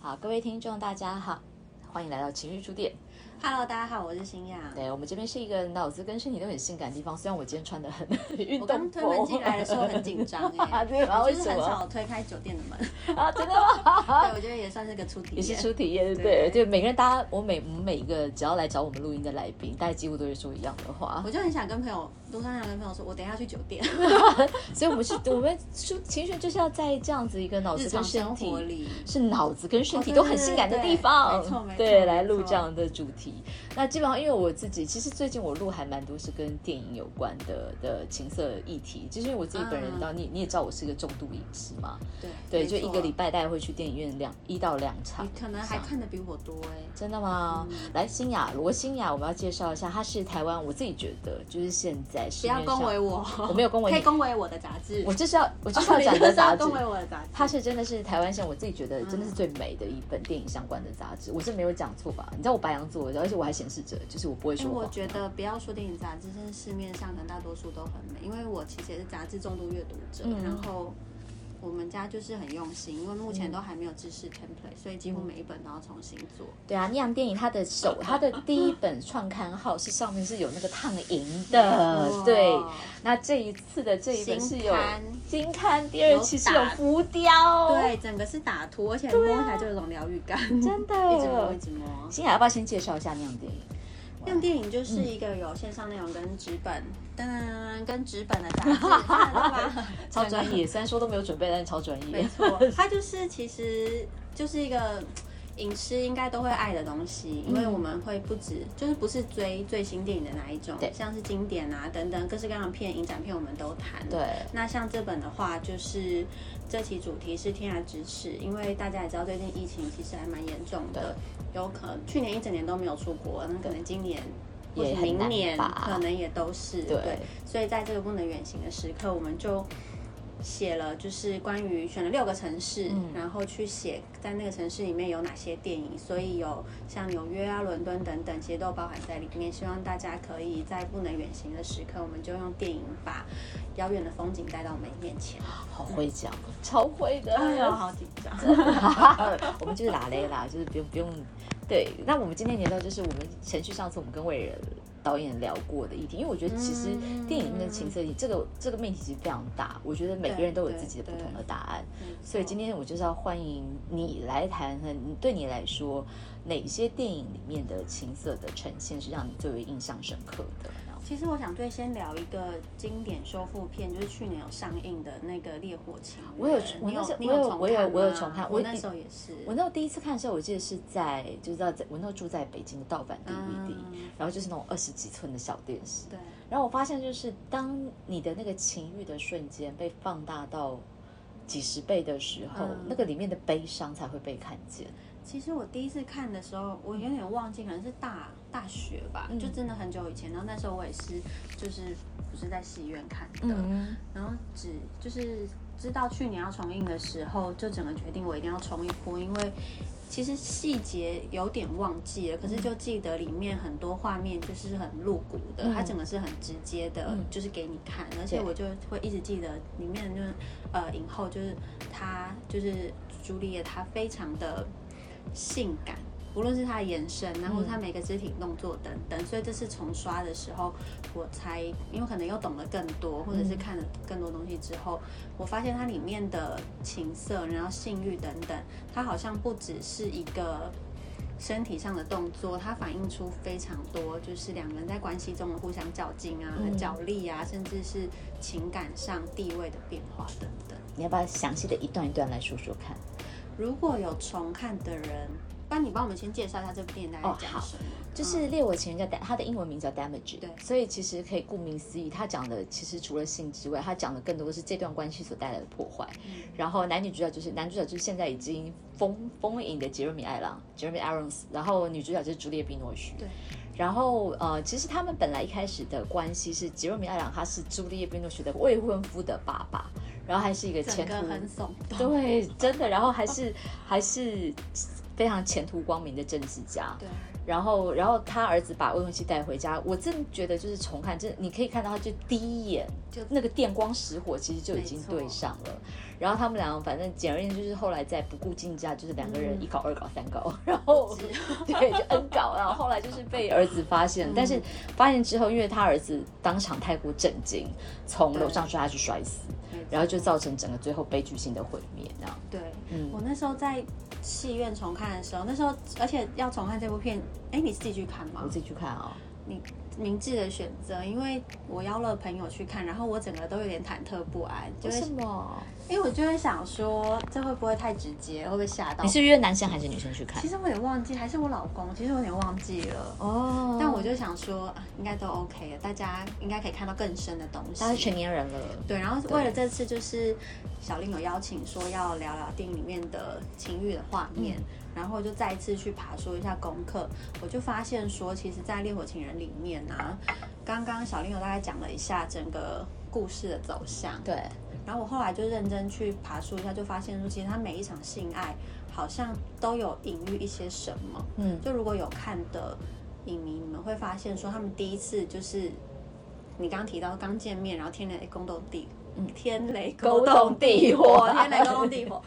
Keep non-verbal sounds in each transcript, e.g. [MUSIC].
好，各位听众大家好，欢迎来到情绪书店。 Hello，大家好，我是新雅。对我们这边是一个脑子跟身体都很性感的地方，虽然我今天穿的很 [LAUGHS] 运我动刚服推门进 [LAUGHS] 来的时候很紧张哎，对吧我就是为什很么少推开酒店的门， [LAUGHS] 啊，真的吗？ [LAUGHS] 对我觉得也算是个初体也是验。初体验，对不对？对，每个人，大家，我每我们每一个只要来找我们录音的来宾，大家几乎都会说一样的话我，就很想跟朋友，路上想跟朋友说，我等一下去酒 [LAUGHS] 店。所以我们是，我们书情绪就是要在这样子一个脑日子常跟生身体活里，是脑子跟身体哦对都很性感的地方，对对对没错没错对，来录没错这样的主题。那基本上，因为我自己其实最近我录还蛮多是跟电影有关的的情色议题，就是因为我自己本人，嗯你知道，你你也知道我是一个重度影视嘛，对对，没就错一个礼拜大概会去电影院两一到两场你。可能还看的比我多哎。真的吗？来，新雅罗新雅，我们要介绍一下，她是台湾，我自己觉得就是现在市不要面上恭，维我，我没有恭维可以你，恭维我的杂志。我就是要我就就是要讲这个杂志，恭维 [LAUGHS] 我的杂志。它是真的是台湾现在我自己觉得真的嗯是最美的一本电影相关的杂志，我是没有讲错吧？你知道我白羊座，而且我还显示者，就是我不会因说为谎。哎我觉得不要说电影杂志，真的市面上的大多数都很美。因为我其实也是杂志重度阅读者，嗯然后我们家就是很用心，因为目前都还没有知识 template，所以几乎嗯每一本都要重新做。对啊，酿电影它的首它的第一本创刊号是上面是有那个烫银的，哇呃对。那这一次的这一本是有新刊金刊，第二期是有有打浮雕，，对，整个是打凸，而且摸起来就有种疗愈感，啊真的 [LAUGHS] 一直摸一直摸。新雅要不要先介绍一下酿电影？像电影就是嗯一个有线上内容跟纸本，噔、跟纸本的 [LAUGHS] 杂志，看得到吧？超专业，虽然说都没有准备，但是超专业 [LAUGHS] 没。错，它就是其实就是一个影痴应该都会爱的东西，因为嗯我们会不止就是不是追最新电影的那一种，像是经典啊等等各式各样的片、影展片我们都谈。对，那像这本的话，就是这期主题是天涯咫尺，因为大家也知道最近疫情其实还蛮严重的，有可能去年一整年都没有出国，那可能今年或也是很明难年吧可能也都是对所以在这个不能远行的时刻，我们就写了，就是关于选了六个城市，嗯然后去写在那个城市里面有哪些电影，所以有像纽约啊、伦敦等等，其实都包含在里面。希望大家可以在不能远行的时刻，我们就用电影把遥远的风景带到我们面前。好会讲，超会的。哎呦，好紧张！ [LAUGHS] 我们就是拉嘞啦，就是不用不用。对，那我们今天聊到就是我们程序上次我们跟魏仁导演聊过的议题，因为我觉得其实嗯电影里面的情色题这个这个命题其实非常大，我觉得每个人都有自己的不同的答案，所以今天我就是要欢迎你来谈谈，你对你来说哪些电影里面的情色的呈现是让你最为印象深刻的？然后其实我想最先聊一个经典修复片，就是去年有上映的那个《烈火情人》。我有我你那时候你我有有重我有看我有吗重看我我那时候也是。我那时候第一次看的时候，我记得是在就是在我那时候住在北京的盗版 DVD，、嗯然后就是那种二十几寸的小电视，对。然后我发现，就是当你的那个情欲的瞬间被放大到几十倍的时候，嗯那个里面的悲伤才会被看见。其实我第一次看的时候，我有点忘记，可能是大大学吧，就真的很久以前。然后那时候我也是，就是不是在戏院看的，嗯，然后只就是知道去年要重映的时候，就整个决定我一定要冲一波，因为其实细节有点忘记了，可是就记得里面很多画面就是很露骨的，它整个是很直接的，就是给你看，而且我就会一直记得里面就是呃影后就是她就是朱丽叶，她非常的性感。无论是她的眼神，然后她每个肢体动作等等，所以这次重刷的时候，我才因为可能又懂得更多，或者是看了更多东西之后，我发现它里面的情色，然后性欲等等，它好像不只是一个身体上的动作，它反映出非常多，就是两个人在关系中的互相较劲啊、角力啊，甚至是情感上地位的变化等等。你要不要详细的一段一段来说说看？如果有重看的人，不然你帮我们先介绍一下这部电影大哦概讲什么？就是《烈火情人》叫它的英文名叫 Damage，嗯对所以其实可以顾名思义，它讲的其实除了性之外，它讲的更多的是这段关系所带来的破坏。嗯然后男女主角就是男主角就是现在已经封封印的杰瑞米·艾朗 （Jeremy Irons），然后女主角就是朱丽叶·比诺许。对。然后呃，其实他们本来一开始的关系是杰瑞米·艾朗他是朱丽叶·比诺许的未婚夫的爸爸，然后还是一个前整途个很耸动。对，真的，然后还是还是非常前途光明的政治家。对，然后，然后他儿子把未婚妻带回家，我真觉得就是重看，就是你可以看到他就第一眼就那个电光石火，其实就已经没错对上了。然后他们俩反正简而言之就是后来在不顾竞价，就是两个嗯人一搞二搞三搞， [LAUGHS] 然后 [LAUGHS] 对就 N 搞，然后后来就是被儿子发现，但嗯是发现之后，因为他儿子当场太过震惊，从楼上摔下去摔死， [LAUGHS] 然后就嗯造成整个最后悲剧性的毁灭这样。对，我那时候在戏院重看的时候，那时候而且要重看这部片，哎，你自己去看吗我？自己去看啊、你明智的选择，因为我邀了朋友去看，然后我整个都有点忐忑不安，就为是什么？因为我就会想说，这会不会太直接，会不会吓到你？是约男生还是女生去看其？实我也忘记，还是我老公，其实我有点忘记了。哦，但我就想说，啊，应该都 OK 了，大家应该可以看到更深的东西。他是成年人了，对，然后为了这次，就是小令有邀请说要聊聊电影里面的情欲的画面，然后我就再一次去爬说一下功课，我就发现说，其实，在《烈火情人》里面啊，刚刚小令有大概讲了一下整个故事的走向，对，然后我后来就认真去爬书一下，就发现说，其实他每一场性爱好像都有隐喻一些什么。嗯，就如果有看的影迷，你们会发现说，他们第一次就是你刚刚提到刚见面，然后天雷勾动地，嗯天雷勾动地 [LAUGHS] 火天雷勾动地火。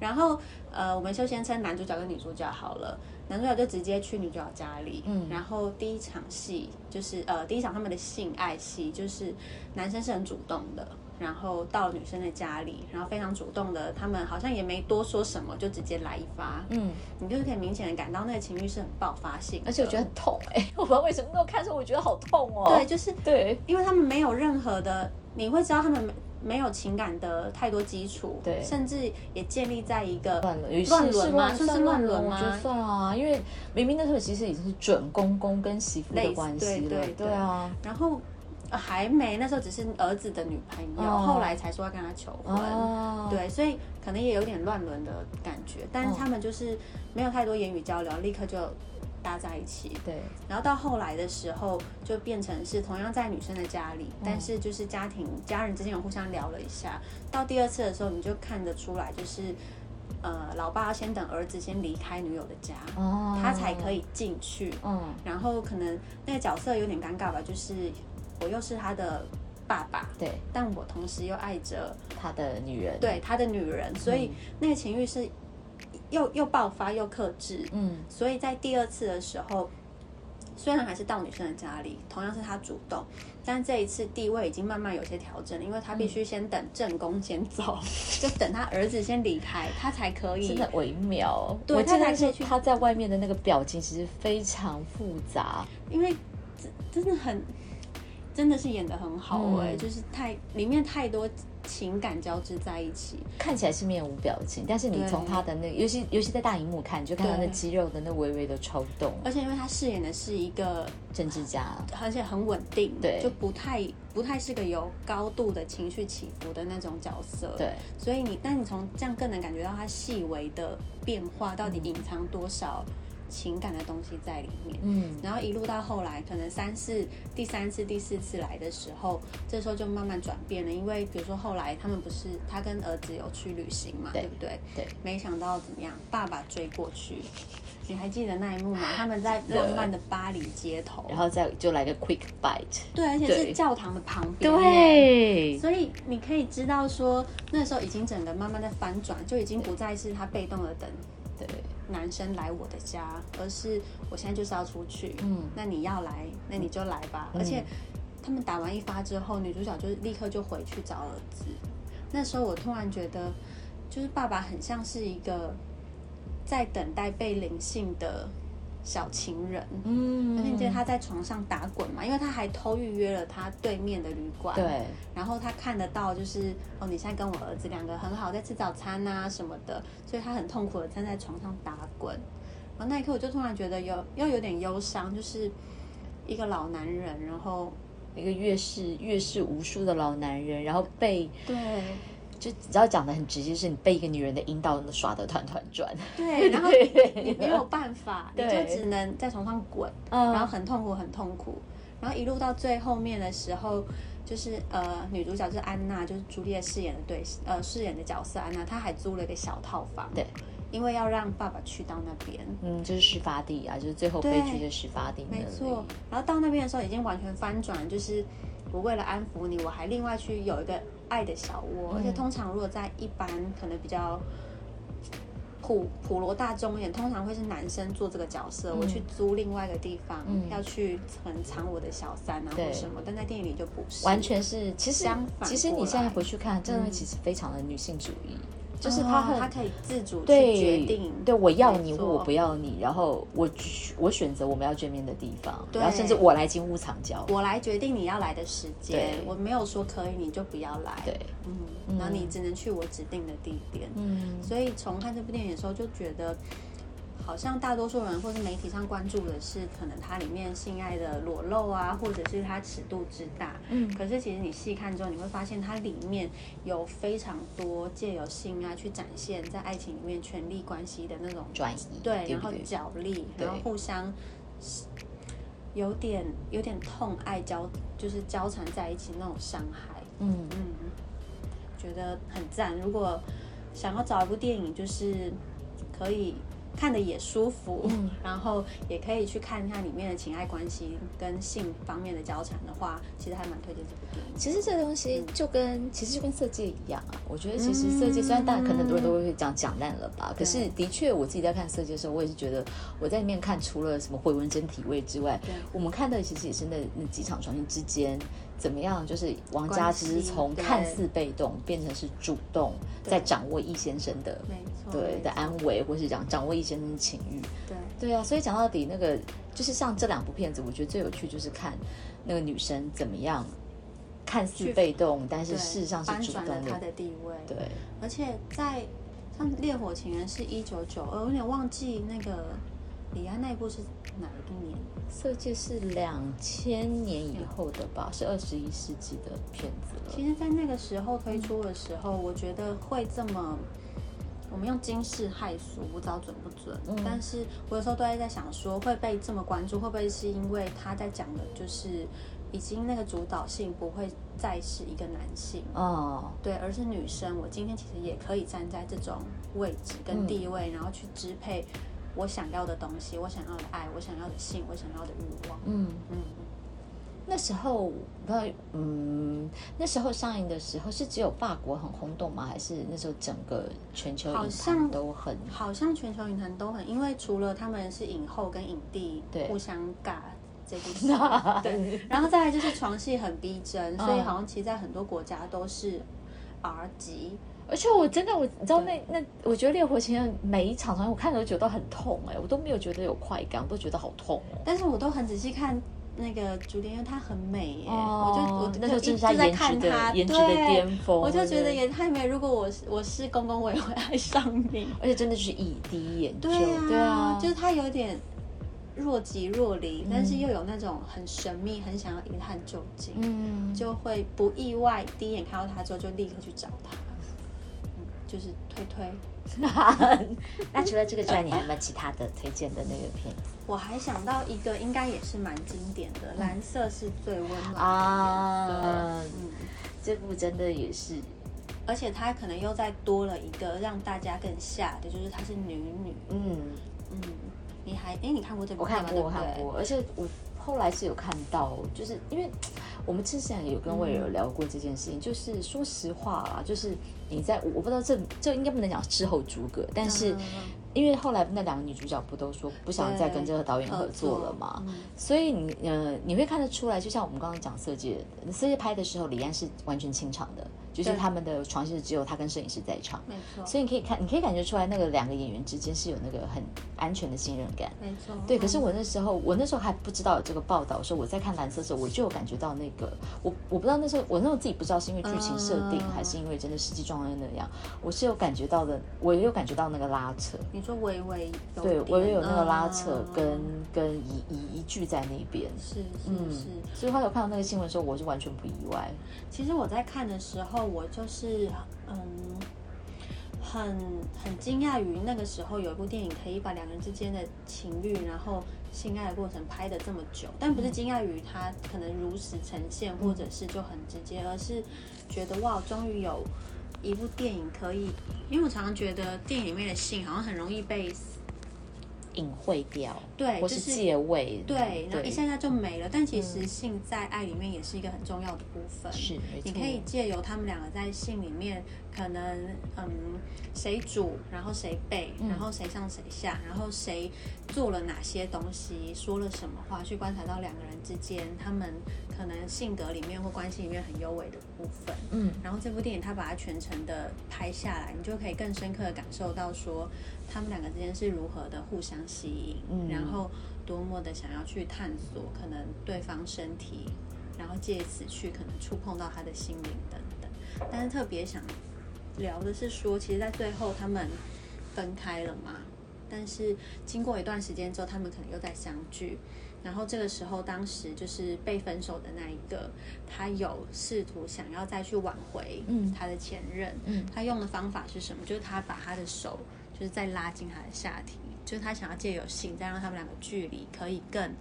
然后呃，我们就先称男主角跟女主角好了，男主角就直接去女主角家里，嗯然后第一场戏就是呃，第一场他们的性爱戏就是男生是很主动的。然后到女生的家里，然后非常主动的，他们好像也没多说什么，就直接来一发。嗯，你就是可以明显的感到那个情绪是很爆发性的，而且我觉得很痛哎、 [LAUGHS] 我不知道为什么那我看的时候我觉得好痛哦。对，就是对因为他们没有任何的，你会知道他们没没有情感的太多基础，对甚至也建立在一个乱伦，乱伦吗算算是乱伦我觉得吗算啊，因为明明那时候其实已经是准公公跟媳妇类的似关系对了，对对啊，然后呃还没那时候只是儿子的女朋友，哦后来才说要跟他求婚。哦，对，所以可能也有点乱伦的感觉，但是他们就是没有太多言语交流，立刻就搭在一起。对，然后到后来的时候，就变成是同样在女生的家里，但是就是家庭家人之间有互相聊了一下。到第二次的时候，你就看得出来，就是呃，老爸要先等儿子先离开女友的家，哦，他才可，以进去。嗯，然后可能那个角色有点尴尬吧，就是我又是他的爸爸，对，但我同时又爱着他的女人，，对他的女人，所以那个情欲是又又爆发又克制，嗯所以在第二次的时候，虽然还是到女生的家里，同样是她主动，但这一次地位已经慢慢有些调整了，因为她必须先等正宫先走， [LAUGHS] 就等她儿子先离开，她才可以真。的微妙，哦对我他记得才那时候可以去他在外面的那个表情其实非常复杂，因为真真的很，真的是演的很好哎、嗯就是太里面太多情感交织在一起，看起来是面无表情，但是你对从他的那个，尤其尤其在大荧幕看，你就看到那对肌肉的那微微的抽动，而且因为她饰演的是一个政治家，而且很稳定，对就不太不太是个有高度的情绪起伏的那种角色，对，所以你，但你从这样更能感觉到它细微的变化，到底隐藏多少情感的东西在里面。嗯，然后一路到后来，可能三次、第三次、第四次来的时候，这时候就慢慢转变了。因为比如说后来他们不是他跟儿子有去旅行嘛，对对不对？对，没想到怎么样，爸爸追过去。你还记得那一幕吗？他们在浪漫的巴黎街头，然后再就来个 quick bite，对，而且对是教堂的旁边，对，所以你可以知道说，那时候已经整个慢慢在翻转，就已经不再是他被动的等对，男生来我的家，而是我现在就是要出去，嗯那你要来，那你就来吧。而且他们打完一发之后，女主角就立刻就回去找儿子。那时候我突然觉得，就是爸爸很像是一个在等待被灵性的小情人。而且你记得嗯，他在床上打滚嘛？因为他还偷预约了他对面的旅馆。对，然后他看得到，就是哦，你现在跟我儿子两个很好，在吃早餐啊什么的，所以他很痛苦的站在床上打滚。然后那一刻，我就突然觉得有又有点忧伤，就是一个老男人，然后一个越是越是无数的老男人，然后被对就只要讲的很直接，是你被一个女人的阴道耍得团团转，对，然后你你没有办法，你就对只能在床上滚，然后嗯，很痛苦，很痛苦。然后一路到最后面的时候，就是呃，女主角就是安娜，就是朱丽叶饰演的对呃饰演的角色安娜，她还租了一个小套房，对，因为要让爸爸去到那边。嗯，就是事发地啊，就是最后悲剧的事发地那没里，错，然后到那边的时候已经完全翻转，就是我为了安抚你，我还另外去有一个爱的小窝。嗯而且通常如果在一般可能比较普普罗大众一点，通常会是男生做这个角色，我去租另外一个地方、嗯要去很藏我的小三啊对或什么，但在电影里就不是，完全是，其实相反其实你过现在来回去看，这个东西其实非常的女性主义，就是她哦很他可以自主去对决定，啊对我要你没或错我不要你，然后我去我选择我们要见面的地方，对然后甚至我来金屋藏娇，我来决定你要来的时间对，我没有说可以你就不要来，对，嗯，然后你只能去我指定的地点。嗯，所以重看这部电影的时候，就觉得好像大多数人或是媒体上关注的是可能它里面性爱的裸露啊，或者是它尺度之大。嗯可是其实你细看之后，你会发现它里面有非常多借由性爱去展现在爱情里面权力关系的那种转移，对，对然不后对？角力，然后对互相有点有点痛爱交，就是交缠在一起那种伤害。嗯，嗯，觉得很赞。如果想要找一部电影，就是可以看的也舒服，嗯然后也可以去看一下里面的情爱关系跟性方面的交缠的话，其实还蛮推荐这部电影。其实这个东西嗯就跟其实就跟色戒一样啊，我觉得其实色戒虽然大家可能很多人都会讲讲烂了嗯吧，可是的确我自己在看色戒的时候，我也是觉得我在里面看除了什么回纹针体位之外，我们看到其实也是那那几场床戏之间怎么样，就是王佳芝关系从对看似被动变成是主动，对在掌握易先生的没错，对没的错安危，或是讲掌握易先生的情欲。对，对啊，所以讲到底，那个就是像这两部片子，我觉得最有趣就是看那个女生怎么样，看似去被动，但是对事实上是翻主转了动他的。的地位。对，而且在像《烈火情人》是一九九二，我有点忘记那个李安那一部是哪一年。色戒是两千年以后的吧，是二十一世纪的片子了。其实，在那个时候推出的时候，我觉得会这么。我们用惊世骇俗，不知道准不准。但是我有时候都会在想说，会被这么关注，会不会是因为他在讲的就是已经那个主导性不会再是一个男性，哦，对，而是女生。我今天其实也可以站在这种位置跟地位，然后去支配我想要的东西，我想要的爱，我想要的性，我想要的欲望。嗯，嗯，那时候我不知道，嗯，那时候上映的时候是只有法国很轰动吗？还是那时候整个全球好影坛像都很好像全球影坛都很，因为除了他们是影后跟影帝对互相尬这部 [LAUGHS] 戏，对，然后再来就是床戏很逼真，所以嗯好像其实在很多国家都是 R 级。而且我真的，我你知道那那，我觉得《烈火情人》每一场场我看了都觉得很痛哎、我都没有觉得有快感，我都觉得好痛哦。但是我都很仔细看那个朱丽叶，她很美耶，哦我就我那时候就正一是她颜值直在看的她，颜值的对巅峰我就对觉得不对也太美。如果我是我是公公，我也会爱上你。而且真 [LAUGHS] 的就是以低研究，对啊，对啊，就是他有点若即若离，但是又有那种很神秘，很想要一探究竟，嗯，就会不意外，第一眼看到他之后就立刻去找他，嗯，就是推推。 [LAUGHS] 那除了这个之外，你还有没有其他的推荐的那个片子我还想到一个，应该也是蛮经典的，蓝色是最温暖的啊？嗯，这部真的也是，而且它可能又再多了一个让大家更吓的，就是她是女女，嗯，嗯，你还哎、你看过这部我看吗过，我对嗯不看对过，而且我后来是有看到，就是因为我们之前有跟魏有聊过这件事情，就是说实话啦，就是你在我我不知道这这应该不能讲事后诸葛，但是嗯嗯嗯因为后来那两个女主角不都说不想再跟这个导演合作了嘛，嗯所以你呃你会看得出来，就像我们刚刚讲《色戒》，《色戒》拍的时候，李安是完全清场的，就是对他们的床戏只有他跟摄影师在场。没错，所以你可以看，你可以感觉出来，那个两个演员之间是有那个很安全的信任感。没错，嗯对，可是我那时候，我那时候还不知道有这个报道的时候，我在看蓝色的时候，我就有感觉到那个，我我不知道那时候，我那时候自己不知道是因为剧情设定，嗯还是因为真的实际状况那样，我是有感觉到的，我也有感觉到那个拉扯，你说微微有对点我也有那个拉扯嗯跟、跟疑疑疑惧在那边，是是嗯是、，所以后来我看到那个新闻的时候，我就完全不意外，其实我在看的时候，我就是嗯，很很惊讶于那个时候有一部电影可以把两人之间的情欲，然后性爱的过程拍的这么久，但不是惊讶于它可能如实呈现，或者是就很直接，而是觉得哇，终于有一部电影可以，因为我常常觉得电影里面的性好像很容易被隐晦掉，对，或就是是借位，对，然后一下下就没了。但其实嗯性在爱里面也是一个很重要的部分。是没你错，可以借由他们两个在信里面，可能嗯，谁主，然后谁背，嗯然后谁上谁下，然后谁做了哪些东西，说了什么话，去观察到两个人之间他们可能性格里面或关系里面很优美的部分。嗯，然后这部电影它把它全程的拍下来，你就可以更深刻的感受到说他们两个之间是如何的互相吸引，嗯然后多么的想要去探索可能对方身体，然后借此去可能触碰到他的心灵等等。但是特别想聊的是说，其实，在最后他们分开了嘛，但是经过一段时间之后，他们可能又再相聚。然后这个时候，当时就是被分手的那一个，他有试图想要再去挽回嗯他的前任，嗯他用的方法是什么？就是他把他的手就是再拉进他的下体，就是他想要借由性再让他们两个距离可以更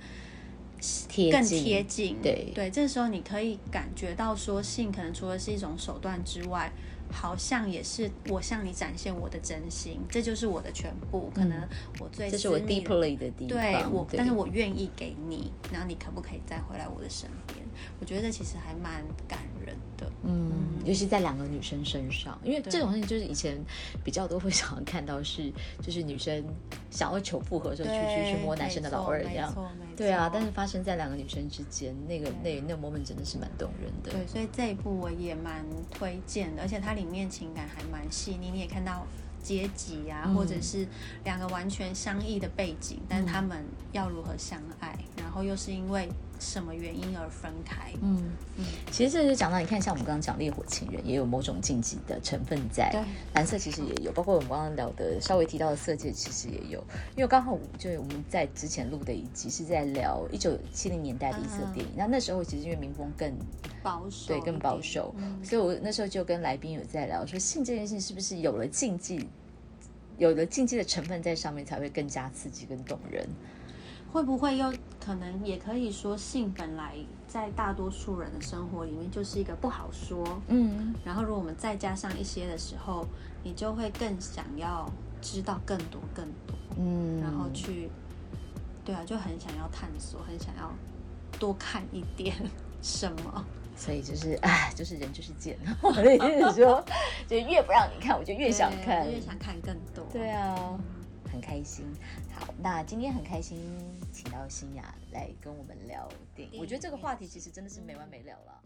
贴更近贴近。对对，这时候你可以感觉到说，性可能除了是一种手段之外，好像也是我向你展现我的真心，这就是我的全部。可能我最嗯这是我私密的 deeply 的地方，对我，对但是我愿意给你，然后你可不可以再回来我的身边？我觉得这其实还蛮感人的。嗯，尤其在两个女生身上，因为对这种事情就是以前比较多会想要看到是，就是女生想要求复合的时候去去去摸男生的老二一样没。错，没错对啊，但是发生在两个女生之间，那个对那那 moment 真的是蛮动人的。对，所以这一部我也蛮推荐的，而且它里面情感还蛮细腻，你也看到阶级啊，嗯或者是两个完全相异的背景，但是他们要如何相爱，然后又是因为什么原因而分开。嗯嗯，其实这就讲到，你看，像我们刚刚讲《烈火情人》，也有某种禁忌的成分在。对蓝色其实也有，包括我们刚刚聊的稍微提到的色戒，其实也有。因为刚好就是我们在之前录的一集是在聊一九七零年代的异色电影，嗯那那时候其实因为民风更保守对一更保点守，嗯所以我那时候就跟来宾有在聊说，性这件事情是不是有了禁忌，有了禁忌的成分在上面才会更加刺激跟动人。会不会又可能也可以说，性本来在大多数人的生活里面就是一个不好说，嗯，然后如果我们再加上一些的时候，你就会更想要知道更多更多，嗯，然后去，对啊，就很想要探索，很想要多看一点 [LAUGHS] 什么，所以就是，哎，就是人就是 [LAUGHS] 贱。我的意思是说，就越不让你看，我就越想对看，越想看更多，对啊，很开心。好，那今天很开心，请到新雅来跟我们聊电影。电我觉得影这个这话件题其事实真的是没完没了了。